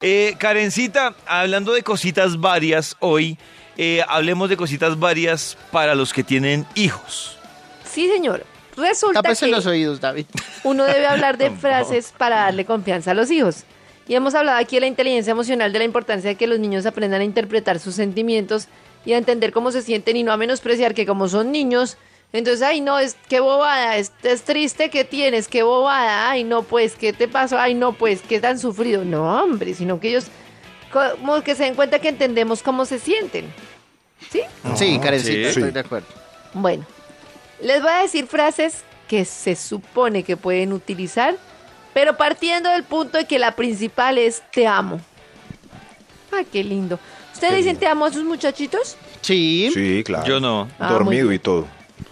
Eh, Karencita, hablando de cositas varias hoy, eh, hablemos de cositas varias para los que tienen hijos. Sí, señor. Resulta Tápese que los oídos, David. uno debe hablar de frases para darle confianza a los hijos. Y hemos hablado aquí de la inteligencia emocional, de la importancia de que los niños aprendan a interpretar sus sentimientos y a entender cómo se sienten y no a menospreciar que como son niños, entonces, ay no, es qué bobada, es, es triste que tienes, qué bobada, ay no, pues, ¿qué te pasó? Ay no, pues, qué tan sufrido. No, hombre, sino que ellos como que se den cuenta que entendemos cómo se sienten. ¿Sí? Sí, Karencita, sí. estoy Sí. de acuerdo. Bueno, les voy a decir frases que se supone que pueden utilizar, pero partiendo del punto de que la principal es te amo. Ah, qué lindo. ¿Ustedes dicen te amo a sus muchachitos? Sí. Sí, claro. Yo no. Ah, Dormido muy y todo.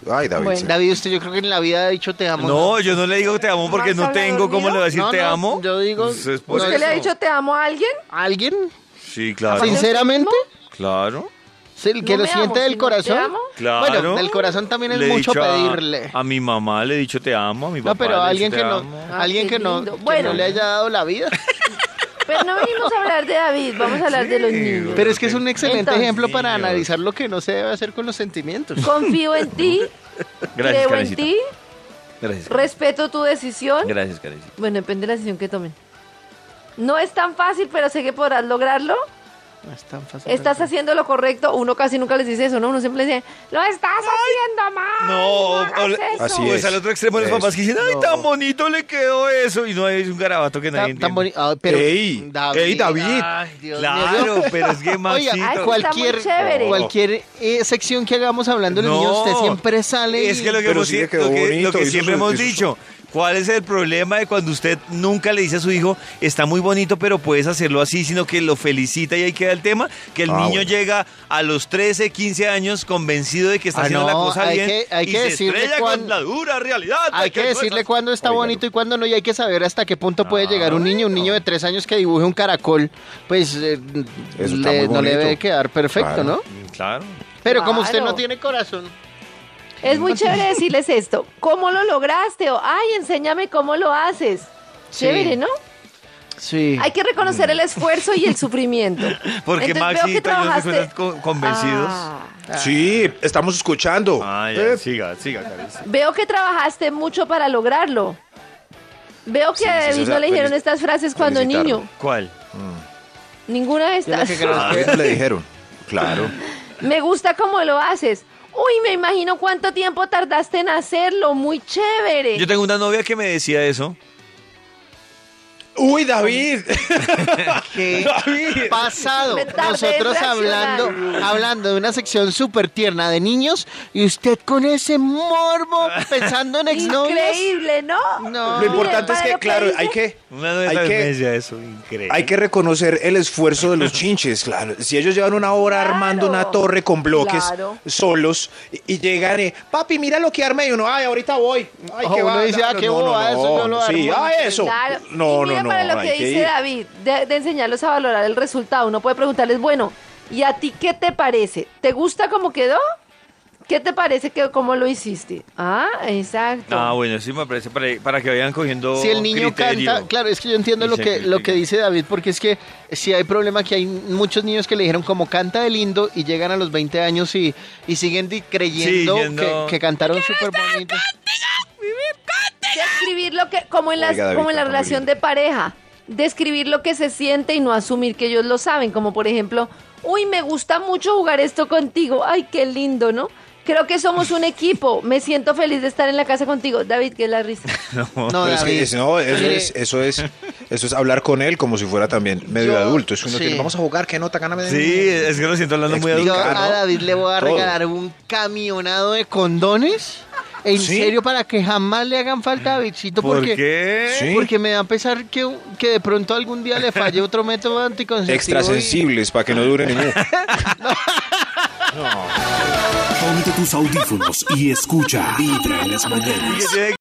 Ay, David. Bueno. sí. David, usted yo creo que en la vida ha dicho te amo. No, yo no le digo te amo porque ¿Más no habla tengo cómo le voy a decir No, te no, amo. yo digo- Pues es por Pues ¿Usted le ha eso. dicho te amo a alguien? ¿Alguien? Sí, claro. ¿Aparte de usted ¿Sinceramente? mismo? Claro. Sí, el que No lo me siente amo, del sino te corazón. amo. Claro. Bueno, del corazón también es Le he mucho dicho a- pedirle. A, mi mamá le he dicho te amo, a mi papá no, pero le he dicho alguien te que no, amo. Ah, alguien qué que no, lindo. que Bueno. no le haya dado la vida. Pero no vinimos a hablar de David, vamos a hablar de los niños. Pero es que es un excelente Entonces- ejemplo para Niños. analizar lo que no se debe hacer con los sentimientos. Confío en ti, Gracias, creo en Karencita. ti, Gracias. respeto tu decisión. Gracias, Karencita. Bueno, depende de la decisión que tomen. No es tan fácil, pero sé que podrás lograrlo. No es tan fácil. Estás David. haciendo lo correcto. Uno casi nunca les dice eso, ¿no? Uno siempre les dice, lo estás haciendo mal. No, No, o- o- hagas eso". así Pues es. al otro extremo los Eso. papás que dicen, ay, No. tan bonito le quedó eso. Y no hay un garabato que nadie Tan, tan entiende. bonito. Ah, pero Ey, ey, David. Ay, Dios mío. Claro, pero es que Oiga, Maxito. Oh. Ay, cual- cualquier, Está muy chévere. cualquier eh, sección que hagamos hablando de los No. niños, usted siempre sale. Es y- que lo que, Pero hemos- sí le lo quedó que- lo bonito, que hizo siempre su- hemos hizo su- dicho. ¿Cuál es el problema de cuando usted nunca le dice a su hijo, está muy bonito, pero puedes hacerlo así, sino que lo felicita y ahí queda el tema? Que el Ah, niño bueno. llega a los 13, 15 años convencido de que está Ah, haciendo no, la cosa hay bien que- hay y que se decirle estrella con cuán- la dura realidad. de Hay que no es decirle así. cuándo está Oiga, Ah, bonito y cuándo no, y hay que saber hasta qué punto puede llegar un niño. Un niño de tres años que dibuje un caracol, pues eh, Eso está le- muy no le bonito. debe quedar perfecto, Claro. ¿no? Mm, Claro. Pero como usted Claro. no tiene corazón, Pues, Es muy chévere decirles esto. ¿Cómo lo lograste? O, ay, enséñame cómo lo haces. Sí. Chévere, ¿no? sí. Hay que reconocer el esfuerzo y el sufrimiento. Porque Entonces, Maxito veo que y yo nos trabajaste. fuimos con- convencidos. Ah. Sí, estamos escuchando. Ah, ya, Eh, siga, siga, Karencita. Veo que trabajaste mucho para lograrlo. Veo que Sí, a sí, David o sea, no le dijeron felici- estas frases cuando felicitarlo. niño. ¿Cuál? Ninguna de Yo la estas. que creo ¿A es que- quién le dijeron? Claro. Me gusta cómo lo haces. Uy, me imagino cuánto tiempo tardaste en hacerlo. Muy chévere. Yo tengo una novia que me decía eso. Uy, David. ¿Qué David. pasado? Me tardé en Nosotros reaccionar. hablando, hablando de una sección súper tierna de niños y usted con ese morbo pensando en exnovias. Increíble, ¿no? No. Lo importante es Mire, que, para claro, lo que hay dice- que, Una novia hay también me que, decía eso, increíble. hay que reconocer el esfuerzo de los chinches, claro. Si ellos llevan una hora Claro. armando una torre con bloques Claro. solos y, y llegan, eh, papi, mira lo que armé y uno, ay, ahorita voy. Ay, Ojo, qué uno va- dice, ah, no, qué no, boba, no, eso yo lo Sí, armo. ah, eso. Claro. No, y mira no, no. para lo hay que dice ir. David, de, de enseñarlos a valorar el resultado. Uno puede preguntarles, bueno, ¿y a ti qué te parece? ¿Te gusta cómo quedó? ¿Qué te parece que cómo lo hiciste? Ah, exacto. Ah, bueno, sí me parece para, para que vayan cogiendo. Si el niño criterio. canta, claro, es que yo entiendo Y lo se que, lo que critican. dice David, porque es que si hay problema que hay muchos niños que le dijeron como canta de lindo y llegan a los 20 años y, y siguen di- creyendo Sí, yendo- que, que cantaron súper bonito. Describir lo que, como en, las, Oiga, David, como en la está muy relación lindo. de pareja, describir lo que se siente y no asumir que ellos lo saben, como por ejemplo, uy, me gusta mucho jugar esto contigo, ay, qué lindo, ¿no? Creo que somos un equipo, me siento feliz de estar en la casa contigo. David, qué es la risa. No, Pero es que David, es- no, eso mire, es, eso es, eso es hablar con él como si fuera también medio Yo- adulto. Es uno que sí. vamos a jugar, qué nota, gáname. Sí, es que lo siento hablando muy yo adulto. Explica, a ¿no? David le voy a Todo. regalar un camionado de condones. En ¿Sí? serio, para que jamás le hagan falta a Davidcito, ¿Por porque, qué? Sí. porque me da pesar que, que de pronto algún día le falle otro método anticonceptivo. y- Extrasensibles para que no dure ningún. Ponte tus audífonos y escucha Vibra en las mañanas. Que tiene